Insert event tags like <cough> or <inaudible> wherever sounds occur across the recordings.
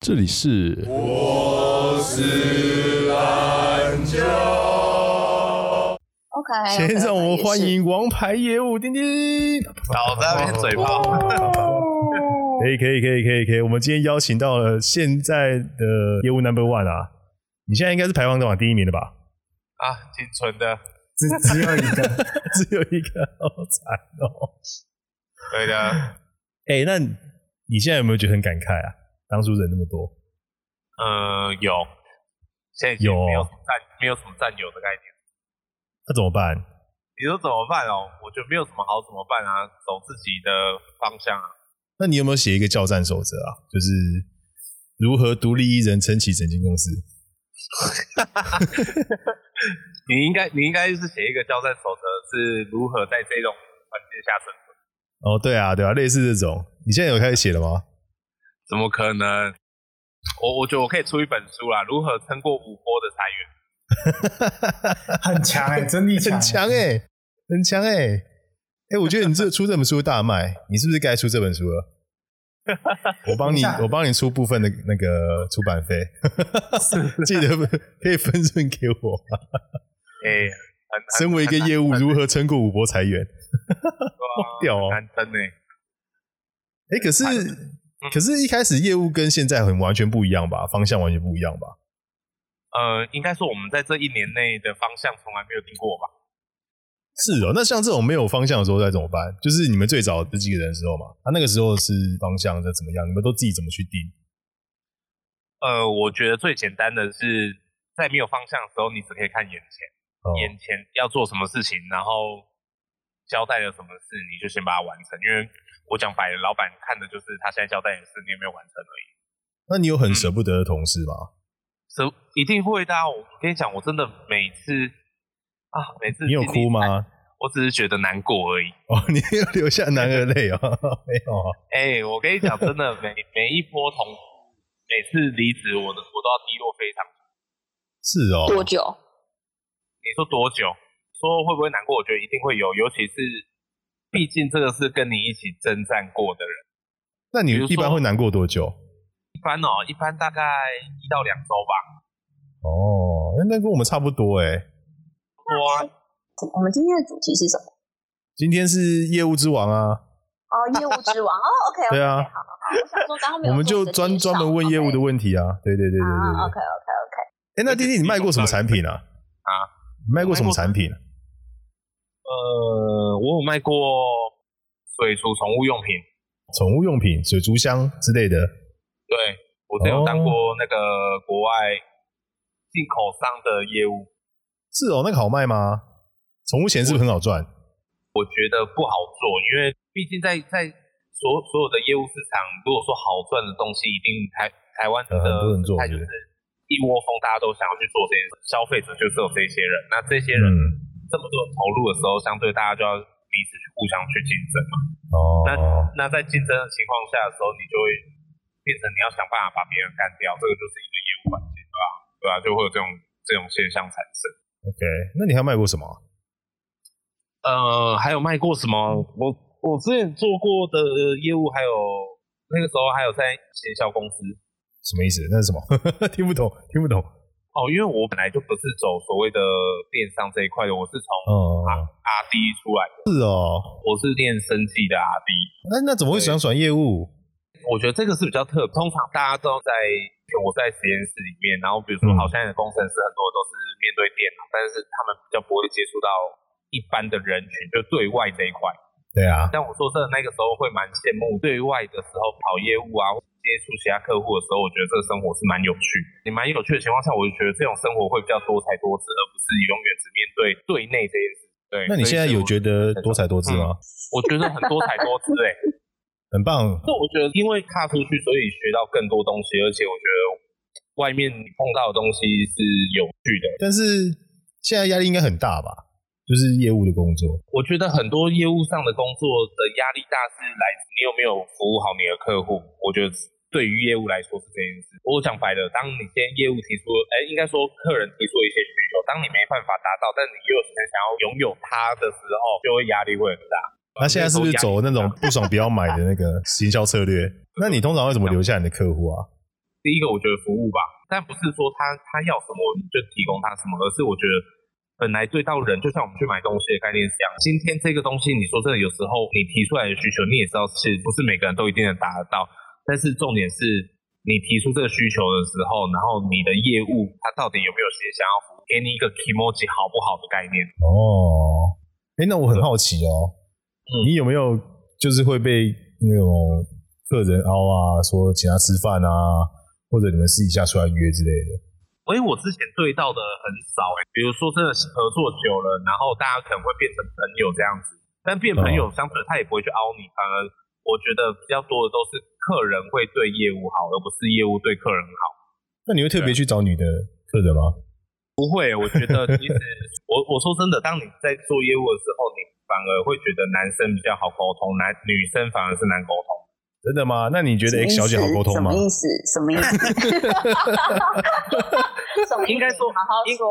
这里是我是蓝教。 OK， <laughs> 先让我们欢迎王牌业务丁丁。倒在那边嘴哦哦炮。 <laughs> 可以，可以，可以，可以，可以。我们今天邀请到了现在的业务 Number One 啊，你现在应该是排行榜第一名了吧？啊，仅存的，只只有一个， <laughs> 只有一个，好惨哦。对的。哎、那你现在有没有觉得很感慨啊？当初人那么多，呃，有，现在已经有哦没有什么占，没有什么占有的概念。那怎么办？你说怎么办哦？我觉得没有什么好怎么办啊，走自己的方向啊。那你有没有写一个教战守则啊？就是如何独立一人撑起整间公司？你应该，你应该是写一个交战守则，是如何在这种环境下生存？哦，对啊，对啊，类似这种。你现在有开始写了吗？怎么可能？我我觉得我可以出一本书啦，如何撑过五波的裁员。很强哎、真力强、很强哎、很强哎、欸！哎、我觉得你这出这本书大卖，你是不是该出这本书了？我帮你，我帮你出部分的那个出版费， <laughs> 记得可以分润给我。哎、很很身为一个业 <laughs> 务，如何撑过五波裁员？ <laughs> 好屌哦难欸撑呢、哎、可是嗯可是，一开始业务跟现在很完全不一样吧？方向完全不一样吧？呃，应该说我们在这一年内的方向从来没有定过吧？是哦，那像这种没有方向的时候该怎么办？就是你们最早这几个人的时候嘛，他、那个时候是方向在怎么样？你们都自己怎么去定？呃，我觉得最简单的是在没有方向的时候，你只可以看眼前，哦眼前要做什么事情，然后交代了什么事，你就先把它完成。因为我讲白了，老板看的就是他现在交代你的事，你有没有完成而已。那你有嗯很舍不得的同事吗？是一定会的、啊。我跟你讲，我真的每次啊，每次你有经历哭难？吗？我只是觉得难过而已。哦，你有流下 <laughs> 男儿泪哦，没有啊？哎、我跟你讲，真的每每一波同，每次离职，我的我都要低落非常。是哦，多久？你说多久？说会不会难过？我觉得一定会有，尤其是毕竟这个是跟你一起征战过的人。那你比如说一般会难过多久？一般哦，一般大概一到两周吧。哦，那那跟我们差不多哎。哇，我们今天的主题是什么？今天是业务之王啊，哦，业务之王。哦，OK，对好啊好好，我想说刚刚没有我们就做专你的介绍专门问业务的 OK 问题啊。对对对对啊对，OK OK OK，对。哎，那弟弟，你卖过什么产品啊？啊，你卖过什么产品？啊呃，我有卖过水族宠物用品，宠物用品、水族箱之类的。对我之前有当哦过那个国外进口商的业务，是哦，那个好卖吗？宠物钱是不是很好赚？我觉得不好做，因为毕竟在在所所有的业务市场，如果说好赚的东西，一定台台湾的呃很多人做态就是对不一窝蜂，大家都想要去做这件事，消费者就是有这些人，那这些人、嗯，这么多人投入的时候，相对大家就要彼此去互相去竞争嘛。哦，那在竞争的情况下的时候，你就会变成你要想办法把别人干掉，这个就是一个业务环境对吧？对啊，就会有这种这种现象产生。 OK，那你还卖过什么啊？呃，还有卖过什么？我我之前做过的呃业务，还有那个时候还有在行销公司什么意思？那是什么？ <laughs> 听不懂，听不懂。哦，因为我本来就不是走所谓的电商这一块的，我是从哦， R D 出来的，是哦。我是练生计的 R D。那那怎么会想转业务？我觉得这个是比较特，通常大家都在我在实验室里面，然后比如说嗯好像的工程师很多都是面对电脑，但是他们比较不会接触到一般的人群，就对外这一块。对啊，但我说真的，那个时候会蛮羡慕对外的时候跑业务啊，接触其他客户的时候，我觉得这个生活是蛮有趣的。你蛮有趣的情况下，我就觉得这种生活会比较多才多姿，而不是永远只面对对内这件事。对，那你现在有觉得？得多才多姿吗？我觉得很多才多姿哎、欸， <laughs> 很棒，那我觉得因为踏出去，所以学到更多东西，而且我觉得外面你碰到的东西是有趣的。但是现在压力应该很大吧？就是业务的工作，我觉得很多业务上的工作的压力大是来自你有没有服务好你的客户。我觉得对于业务来说是这件事。我讲白了，当你今天业务提出，哎，应该说客人提出一些需求，当你没办法达到，但你又很想要拥有它的时候，就会压力会很大。那现在是不是走那种不爽不要买的那个行销策略？那你通常会怎么留下你的客户啊？第一个我觉得服务吧，但不是说他他要什么我们就提供他什么，而是我觉得本来对到人，就像我们去买东西的概念是一样。今天这个东西，你说真的，有时候你提出来的需求，你也知道是不是每个人都一定能达得到，但是重点是你提出这个需求的时候，然后你的业务它到底有没有写想要服务，给你一个 emoji 好不好的概念。哦，哎、那我很好奇哦，嗯你有没有就是会被那种客人凹啊，说请他吃饭啊，或者你们私底下出来约之类的？所以我之前对到的很少、欸，比如说真的是合作久了，然后大家可能会变成朋友这样子，但变朋友相对他也不会去凹你，反而我觉得比较多的都是客人会对业务好，而不是业务对客人好。那你会特别去找女的客人吗？不会，我觉得其实我我说真的，当你在做业务的时候，你反而会觉得男生比较好沟通，男女生反而是难沟通。真的吗？那你觉得 X 小姐好沟通啊吗什？么意思？什么意思？什么意 <laughs> 思应该说好好应说。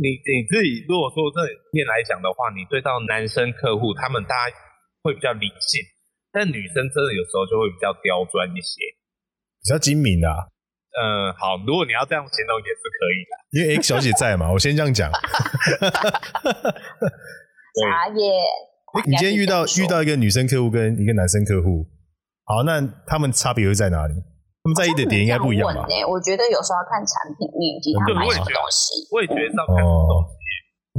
你你自己如果说这里面来讲的话，你对到男生客户，他们大家会比较理性，但女生真的有时候就会比较刁钻一些。比较精明的、啊，嗯，好，如果你要这样形容也是可以的。因为 X 小姐在嘛，我先这样讲。对茶叶，你今天遇到遇到一个女生客户跟一个男生客户，好，那他们差别会在哪里？他们在意的点应该不一样吧？哎，我觉得有时候要看产品面及他对买我也什么觉得东西。我也觉得这样看不懂。哦，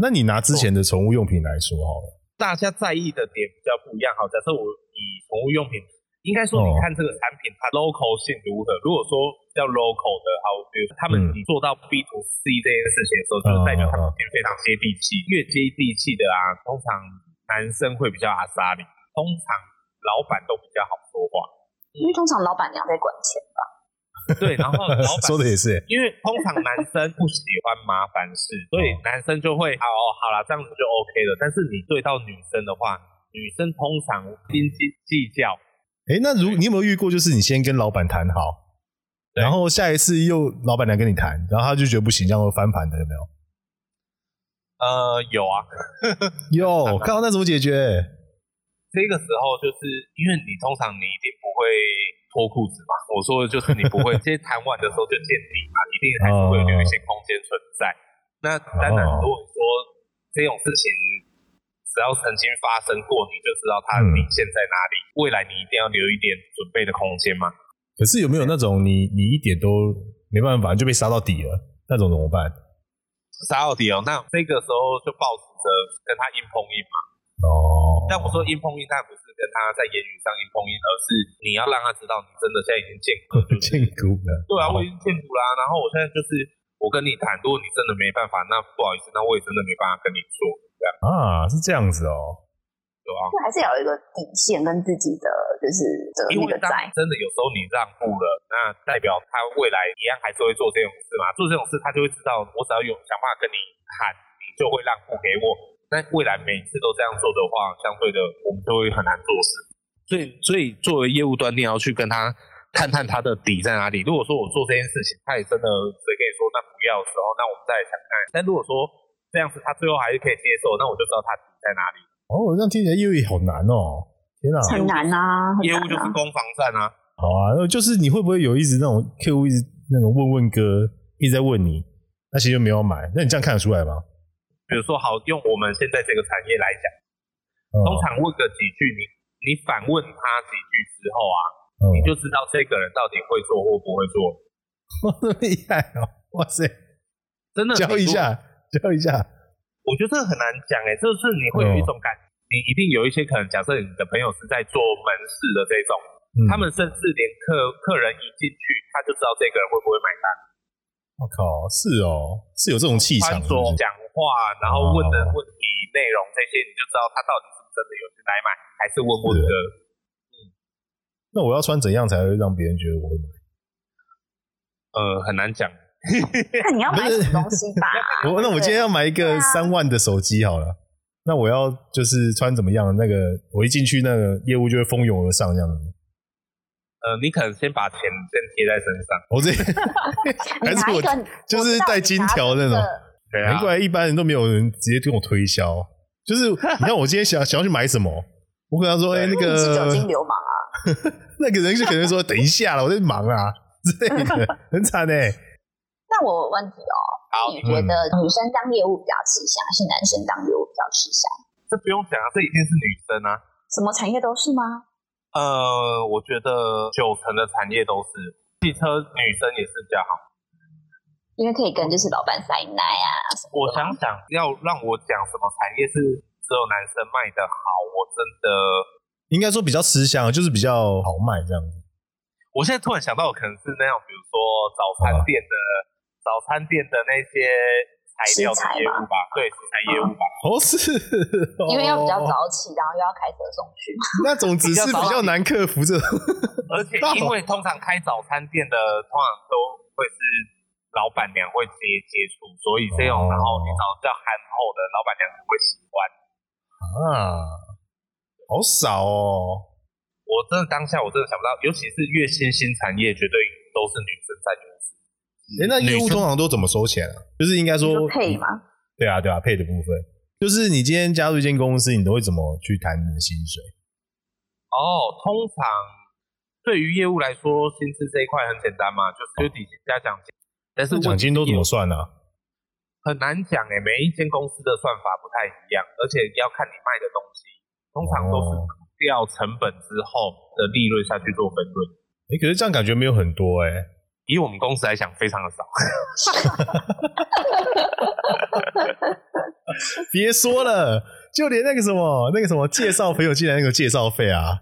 那你拿之前的宠物用品来说好了，大家在意的点比较不一样。好，假设我以宠物用品，应该说哦你看这个产品它 local 性如何。如果说比较 local 的，好，比如他们嗯做到 B to C 这件事情的时候，就是代表他们已经非常接地气。越接地气的啊，通常男生会比较阿莎里，通常老板都比较好说 <laughs> 话。因为通常老板娘在管钱，对，然后老板 <laughs> 说的也是，因为通常男生不喜欢麻烦事，所以男生就会好哦，好啦，这样子就 OK 了。但是你对到女生的话，女生通常斤斤计较，哎、那如你有没有遇过，就是你先跟老板谈好，对然后下一次又老板娘跟你谈，然后他就觉得不行，这样会翻盘的，有没有？呃，有啊，有，看到那怎么解决？这个时候就是因为你通常你一定不会脱裤子嘛，我说的就是你不会，今天谈完的时候就见底嘛，一定还是会留一些空间存在。那当然，哦如果说这种事情只要曾经发生过，你就知道它的底线在哪里，未来你一定要留一点准备的空间嘛。可是有没有那种你你一点都没办法就被杀到底了，那种怎么办？沙奥迪哦，那这个时候就抱持着跟他硬碰硬嘛。哦，但我说硬碰硬，但不是跟他在言语上硬碰硬，而是你要让他知道你真的现在已经见过，就是 <laughs> 见骨了，对啊，我已经见骨啦、然后我现在就是我跟你谈，如果你真的没办法，那不好意思，那我也真的没办法跟你做，这样啊，是这样子哦。对吧、就还是要有一个底线跟自己的就是的因那为个当在。真的有时候你让步了，那代表他未来一样还是会做这种事嘛？做这种事他就会知道，我只要有想办法跟你喊，你就会让步给我。那未来每次都这样做的话，相对的我们就会很难做事。所以，所以作为业务端，你也要去跟他探探他的底在哪里。如果说我做这件事情，他也真的只跟你说那不要的时候，那我们再来想看。但如果说这样子他最后还是可以接受，那我就知道他底在哪里。哦，这样听起来业务也好难哦。天啊，很难啊，很业务难就是啊。攻防战啊。好啊，那就是你会不会有一直那种客户一直那种问问哥，一直在问你，那其实就没有买，那你这样看得出来吗？比如说，好用我们现在这个产业来讲，嗯通常问个几句，你你反问他几句之后啊，嗯你就知道这个人到底会做或不会做。那么 <laughs> 厉害哦，哇塞，真的，教一下，教一下，嗯我觉得这很难讲哎、就是你会有一种感，你一定有一些可能，假设你的朋友是在做门市的这种，嗯他们甚至连客客人一进去，他就知道这个人会不会买单，我靠，是哦，是有这种气穿场，是着不是、讲话，然后问的哦问题内容这些，你就知道他到底是不是真的有去来买，还是问问是的。那我要穿怎样才会让别人觉得我会买？呃，很难讲。那你要买什么东西吧？ <laughs> 啊我那我今天要买一对个啊三万的手机好了，那我要就是穿怎么样？那个我一进去，那个业务就会蜂拥而上这样子。呃，你可能先把钱先贴在身上，我这你还是拿一我个，就我是知道带你金拿条那这种个。对啊难怪一般人都没有人直接跟我推销。就是你看，我今天想 <laughs> 想要去买什么，我跟他说：“哎、对嗯那 <laughs> 因为你是酒个精流氓啊， <laughs> 那个人就可能说，等一下了，我在忙啊。”之类的，很惨哎、那我有问题哦，好你觉嗯得女生当业务比较吃香，还是男生当业务比较吃香？这不用讲啊，这一定是女生啊。什么产业都是吗？呃，我觉得九成的产业都是汽车，女生也是比较好。因为可以跟就是老板塞奶啊什么我想想，要让我讲什么产业是只有男生卖的好，我真的，应该说比较吃香，就是比较好卖这样子。我现在突然想到，可能是那种，比如说早餐店的、早餐店的那些材料的业务吧，对，食材业务吧。哦，是，因为要比较哦，早起，然后又要开车送去。那种只是比较早比较难克服这 <laughs> 种。而且因为通常开早餐店的，通常都会是老板娘会接接触，所以这种哦然后你找比较憨厚的老板娘会喜欢。啊，好少哦。我真的当下我真的想不到，尤其是越新兴产业，绝对都是女生占优势。哎、那业女务生通常都怎么收钱啊？就是应该你说说配吗？对啊，对啊，配的部分，就是你今天加入一间公司，你都会怎么去谈你的薪水？哦，通常对于业务来说，薪资这一块很简单嘛，就是底薪加奖金。但是那奖金都怎么算呢、啊？很难讲诶、每一间公司的算法不太一样，而且要看你卖的东西，通常都是哦掉成本之后的利润下去做分润。哎、可是这样感觉没有很多哎、以我们公司来讲，非常的 <laughs> 少。别说了，就连那个什么那个什么介绍朋友进来那个介绍费 <laughs> 啊，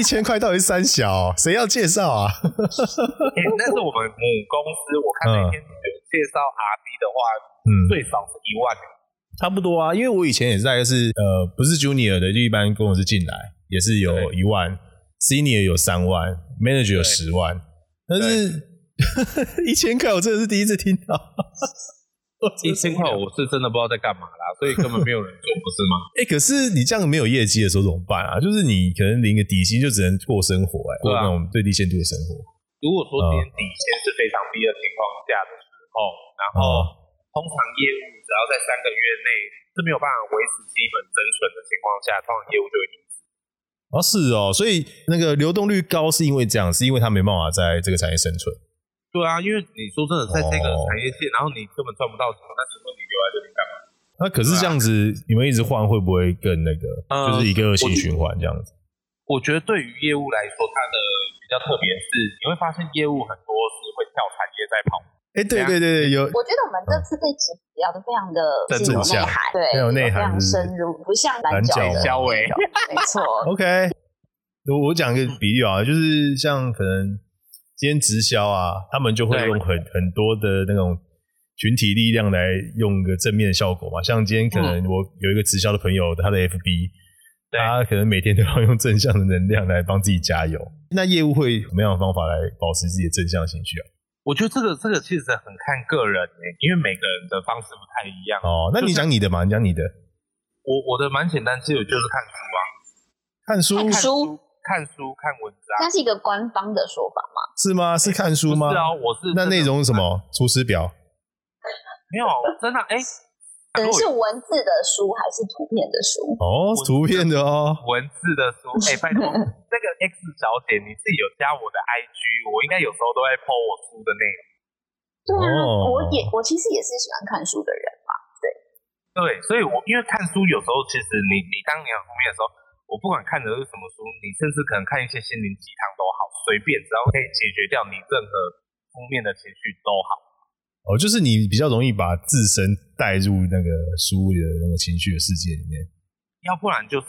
一千块到底是三小，谁要介绍啊？诶欸但是我们母公司，我看那天有介绍 RD 的话，嗯，最少是一万欸差不多啊，因为我以前也是大概是呃，不是 junior 的，就一般公司进来也是有对一万，senior 有三万，manager 有十万，但 <laughs> 是一千块我真的是第一次听到，一 <laughs> 我真的是千块，我是真的不知道在干嘛啦，所以根本没有人 <laughs> 做，不是吗？哎、可是你这样没有业绩的时候怎么办啊？就是你可能领个底薪就只能过生活、哎，对过啊那种最低限度的生活。如果说今天底线是非常低的情况下的时候，然后哦通常业务只要在三个月内是没有办法维持基本增损的情况下，通常业务就会停止。哦，是哦，所以那个流动率高是因为这样，是因为他没办法在这个产业生存。对啊，因为你说真的，在这个哦产业线，然后你根本赚不到钱，那请问你留在这里干嘛？那可是这样子，你们一直换会不会更那个，啊呃就是一个恶性循环这样子？我觉得对于业务来说，它的比较特别是，你会发现业务很多是会跳产业在跑。哎、对对对对，有我觉得我们这次这一集聊的非常的在是有正向内涵，对，很有内涵非常是不是深入，不像蓝蓝角角的嘛肖伟 <laughs> 没 <laughs> 错， OK，我我讲一个比喻啊，就是像可能今天直销啊，他们就会对用很很多的那种群体力量来用个正面的效果嘛。像今天可能我有一个直销的朋友，他的嗯 FB，对他可能每天都要用正向的能量来帮自己加油。那业务会有什么样的方法来保持自己的正向情绪啊？我觉得这个这个其实很看个人诶、因为每个人的方式不太一样。哦，那你讲你的嘛，你讲你的。我我的蛮简单，其实就是看书啊，看书哦看书，看书看文章。那是一个官方的说法嘛？是吗？是看书吗？不是啊，我是那真的内容是什么？厨师表。没有真的哎，可能如果是文字的书还是图片的书？哦，图片的哦。有文字的书哎， <laughs> 拜托 <laughs> 那个 X 小姐，你自己有加我的 IG，我应该有时候都会 po 我书的内容。对啊，哦我也我其实也是喜欢看书的人嘛。对，所以我因为看书有时候其实你你当你很负面的时候，我不管看的是什么书，你甚至可能看一些心灵鸡汤都好，随便只要可以解决掉你任何负面的情绪都好。哦，就是你比较容易把自身带入那个书的那个情绪的世界里面。要不然就是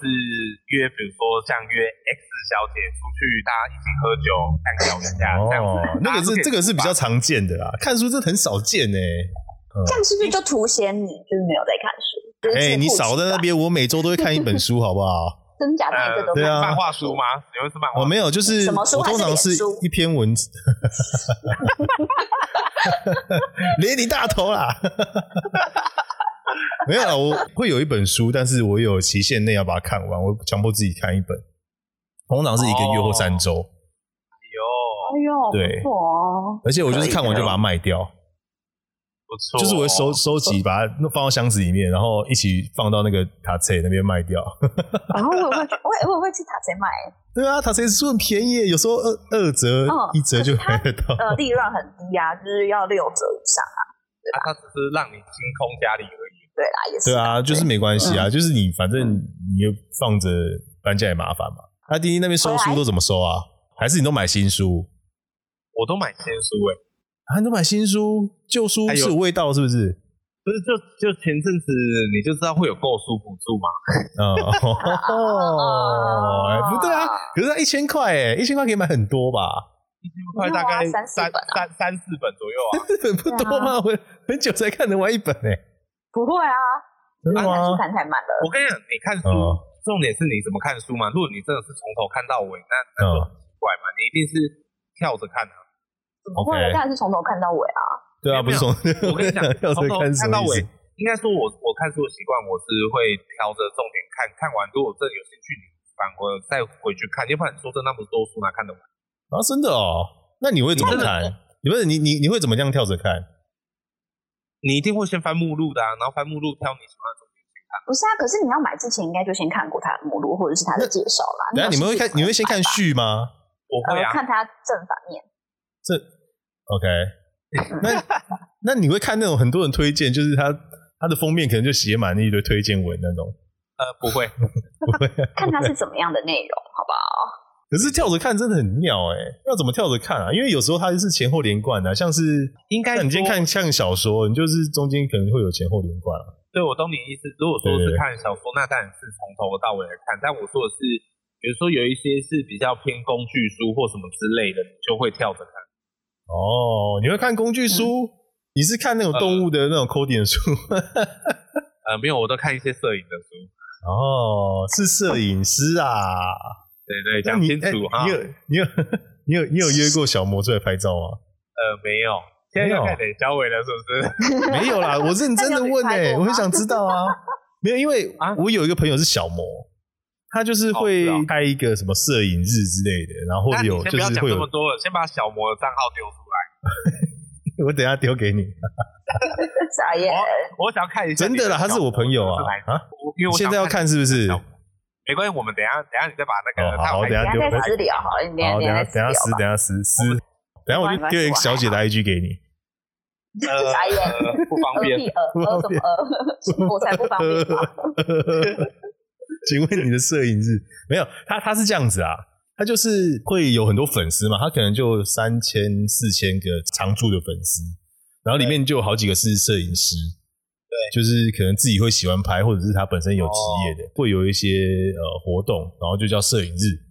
约，比如说像约 X 小姐出去，大家一起喝酒、看小说家啊这样子哦。，那个大家都可是以这个是比较常见的啦，看书真的很少见呢、欸这样是不是就凸显你就是没有在看书？就是嗯哎、自你曝少其在那短边，我每周都会看一本书，好不好？真假呃的这都对啊漫画书吗？你们是漫画？我、没有，就是什么书我通常还是是脸书一篇文字，连你大头啦。没有啦，我会有一本书，但是我有期限内要把它看完，我强迫自己看一本，通常是一个月或三周。有。哎呦，对不错哦。 <laughs> 而且我就是看完就把它卖掉。不错，哦就是我会收收集，把它弄放到箱子里面，然后一起放到那个塔切那边卖掉。然后我也会去，我也我也会去塔城买， <laughs> 对啊，塔切是很便宜耶，有时候二二折、哦一折就可是它买得到。 <laughs> 呃，利润很低啊，就是要六折以上啊。它只是让你清空家里而已。对啦，也是对啊，就是没关系啊，嗯就是你反正你又放着搬家也麻烦嘛。阿迪那边收书都怎么收啊？还是你都买新书？我都买签书哎、啊，你都买新书，旧书哎呦是有味道是不是？不是就就前阵子你就知道会有购书补助嘛，<laughs> 嗯，哦，哎不对啊，可是它一千块哎，一千块可以买很多吧？一千块大概没有啊三四三本啊三三四本左 <laughs> 右啊。 <laughs> 不多吗？我很久才看得完一本啊哎，不会啊，真的看书吗？看太慢了。我跟你讲，你看书、嗯重点是你怎么看书嘛。如果你真的是从头看到尾，那那嗯就很奇怪嘛，你一定是跳着看啊。不会，我哦 OK 当然是从头看到尾啊。对啊，不啊没是有从我跟你 <laughs>，讲要从是头看什看到尾么意思？，应该说我我看书的习惯，我是会挑着重点看，看完如果真的有兴趣，你反过来再回去看。要不然你说真的那么多书哪看得完？啊，真的哦？那你会怎么真的啊看？你不是你你你会怎么样跳着看？你一定会先翻目录的啊，然后翻目录挑你喜欢的书。不是啊，可是你要买之前应该就先看过他的目录或者是他的介绍啦。等一下有你们会兴趣看，你会先看才买吧 <laughs> 序吗我会呃，啊，看他正反面。这 OK？那那你会看那种很多人推荐，就是他他的封面可能就写满一堆推荐文那种。呃，不会，看它是怎么样的内容，好不好？可是跳着看真的很妙哎、要怎么跳着看啊？因为有时候它是前后连贯的、啊像是应该像你今天说看像小说，你就是中间可能会有前后连贯啊。对，我懂你意思。如果说对是对对看小说，那当然是从头到尾来看。但我说的是，比如说有一些是比较偏工具书或什么之类的，你就会跳着看。哦，你会看工具书？嗯你是看那种动物的那种抠 <laughs> 点书？呃，没有，我都看一些摄影的书。哦，是摄影师啊。对对，那讲你清哎楚啊。你有你有你有你 <laughs> 有约过小魔出来拍照吗？ <laughs> 呃，没有，现在没有要开始交尾了，是不是？没有啦，我认真的问那你哎、有拍过吗我很想知道 <laughs> 啊。没有，因为啊我有一个朋友是小魔，他就是会哦是啊拍一个什么摄影日之类的，然后或那者 <laughs> 你有先就不要是讲 <laughs> 会这有么，多了，先把小魔的账号丢出来。 <laughs> 我等一下丢给你。傻哦眼，我想要看一下真你的的小魔。啦，他是我朋友啊是哪一个啊！我因为我现想在要看是不是？小好魔，没关系，我们等一下等一下你再把那个哦好他有我拍等一下等丢一下再回私聊好了，你等一下等一等下一等一下下私撕聊吧。等一下撕撕，等一啊下我就丢一个小姐的 IG 给 <laughs> 你。呃傻眼，呃不方呃 <laughs> 便。屁呃呃怎么呃，我才不方便 <laughs> 吧。请问你的摄影日没有？他他是这样子啊，他就是会有很多粉丝嘛，他可能就三千四千个常驻的粉丝，然后里面就有好几个是摄影师，对，哦就是可能自己会喜欢拍，或者是他本身有职业的，会有一些呃活动，然后就叫摄影日。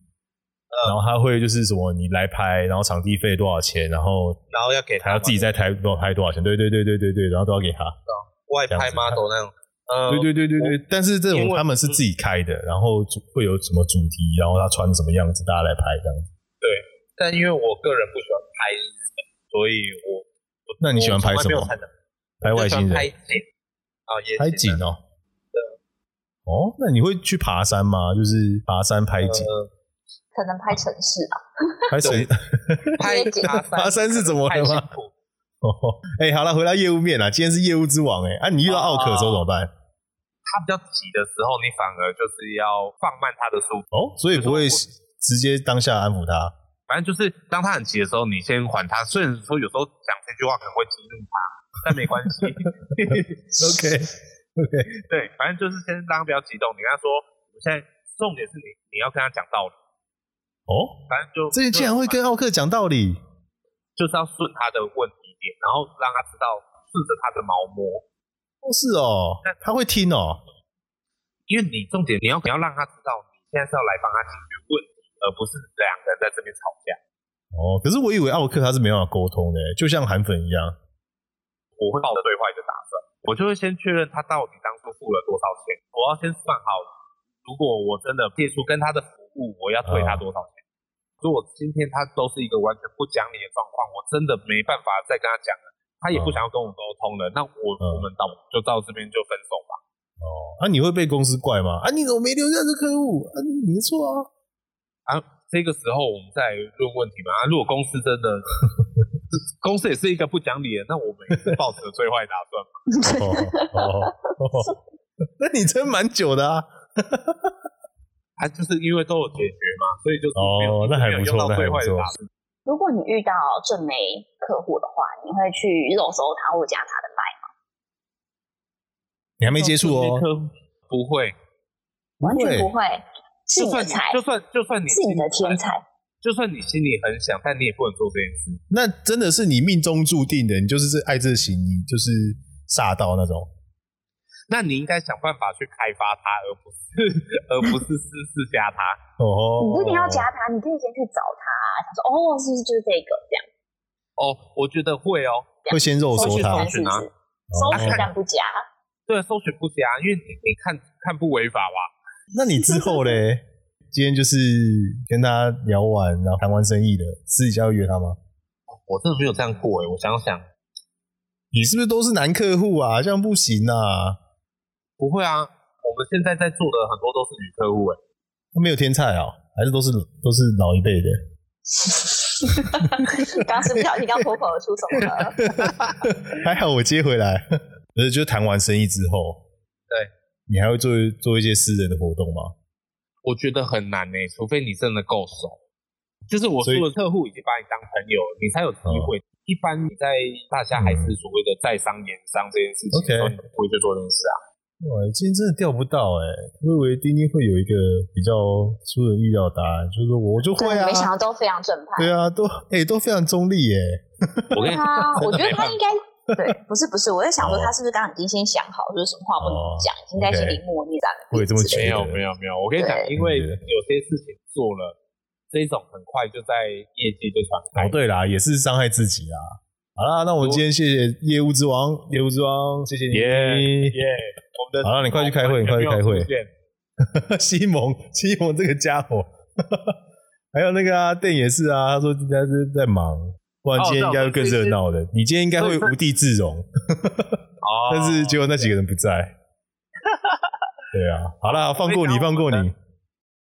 然后他会就是什么，你来拍，然后场地费多少钱，然后然后要给他要嘛自己在台多少拍多少钱，对对对对对对，然后都要给他。外这样拍子 model 那种。呃，对对对对对，但是这因种为他们是自己开的，然后主会有什么主题，然后他穿什么样子，大家来拍这样子。但因为我个人不喜欢拍日本，所以我那你喜欢拍我什从来没有么？参加拍外星就喜欢人、拍景啊，也拍景行啊哦。哦，那你会去爬山吗？就是爬山拍景，呃可能拍城市啊，拍水。拍景爬 <laughs> 爬山是怎么了太辛吗苦 <laughs> 哦，哎，好了，回到业务面啦，今天是业务之王哎，啊，你遇到奥克的时候怎么办？他比较急的时候，你反而就是要放慢他的速度。哦，所以不会就是直接当下安抚他。反正就是当他很急的时候，你先缓他。虽然说有时候讲这句话可能会激怒他， <laughs> 但没关系。 <laughs> OK，对，反正就是先让他不要激动。你跟他说，我现在重点是你你要跟他讲道理。哦，反正就这竟然会跟奥克讲道理，就是要顺他的问题点，然后让他知道顺着啊他的毛摸，哦是哦，他会听哦。因为你重点你要你要让他知道你现在是要来帮他解决问题，而不是两个人在这边吵架。哦，可是我以为奥克他是没办法沟通的，就像韩粉一样。我会抱着最坏的打算，我就会先确认他到底当初付了多少钱，我要先算好，如果我真的借出跟他的服务，我要退他多少钱。如果今天他都是一个完全不讲理的状况，我真的没办法再跟他讲了，他也不想要跟我沟通了，那我、嗯我们到就到这边就分手吧。哦，啊，你会被公司怪吗？啊，你怎么没留下这客户？啊，你你的错啊。啊，这个时候我们再论问题嘛。啊、如果公司真的公司也是一个不讲理的，那我们也是抱持最坏打算嘛。哦哦哦，那你真蛮久的啊。他啊就是因为都有解决嘛，所以就是没有哦那还没不错有用到最坏的那还打不算。 <laughs> 如果你遇到正妹客户的话，你会去肉搜他或加他的 line 吗？你还没接触哦，不会，完全不不会，是就你的算你才，就算就算你是你的天心里才。就算你心里很想，但你也不能做这件事。那真的是你命中注定的，你就是这爱这型，你就是煞到那种。那你应该想办法去开发它，而不是而不是私自加它。哦，你不一定要加他，你可以先去找他，想说哦，是不是就是这个这样？哦，我觉得会哦。会先肉搜去搜他搜三寻四啊次，搜寻哦但不 <laughs> 加，对，啊搜寻不加，因为你你看看不违法吧？那你之后嘞？今天就是跟他聊完，然后谈完生意的，私底下会约他吗？我真的没有这样过诶，欸我想想，你是不是都是男客户啊？这样不行啊！不会啊。我们现在在做的很多都是女客户诶。欸他没有天菜哦，还是都是都是老一辈的？ <laughs> 刚刚是不小心刚脱口而出什么 <laughs> 了？还好我接回来。而且就谈完生意之后，对，你还会做做一些私人的活动吗？我觉得很难诶，除非你真的够熟。就是我所以嗯说的客户已经把你当朋友了，你才有机会。一般你在大家还是所谓的在商言商这件事情的时候，你 OK 不会去做这件事啊。哇，今天真的钓不到哎、我以为丁丁会有一个比较出人意料的答案，就是我就会对啊，没想到都非常正派。对啊，都哎、都非常中立哎、我跟你对 <laughs> 啊，我觉真的没得他办法 <laughs> 应该。对，不是不是，我在想说哦他是不是刚刚已经先想好，就是什么话不能讲，已经在心里默念这样的我也这么之没类的觉有对没有没有，我跟你讲，对因为有些事情做了，这种很快就在业界就传开。哦，对啦，也是伤害自己啦。好啦，那我们今天谢谢业务之王，业务之王，谢谢你耶耶，我们的好了你快去开会你快去开没会有出现 <laughs> 西蒙，西蒙这个家伙， <laughs> 还有那个啊，店也是啊，他说今天是在忙，不然今天应该会更热闹的。你今天应该会无地自容，哦，但是结果那几个人不在。对啊，好啦，放过你，放过你。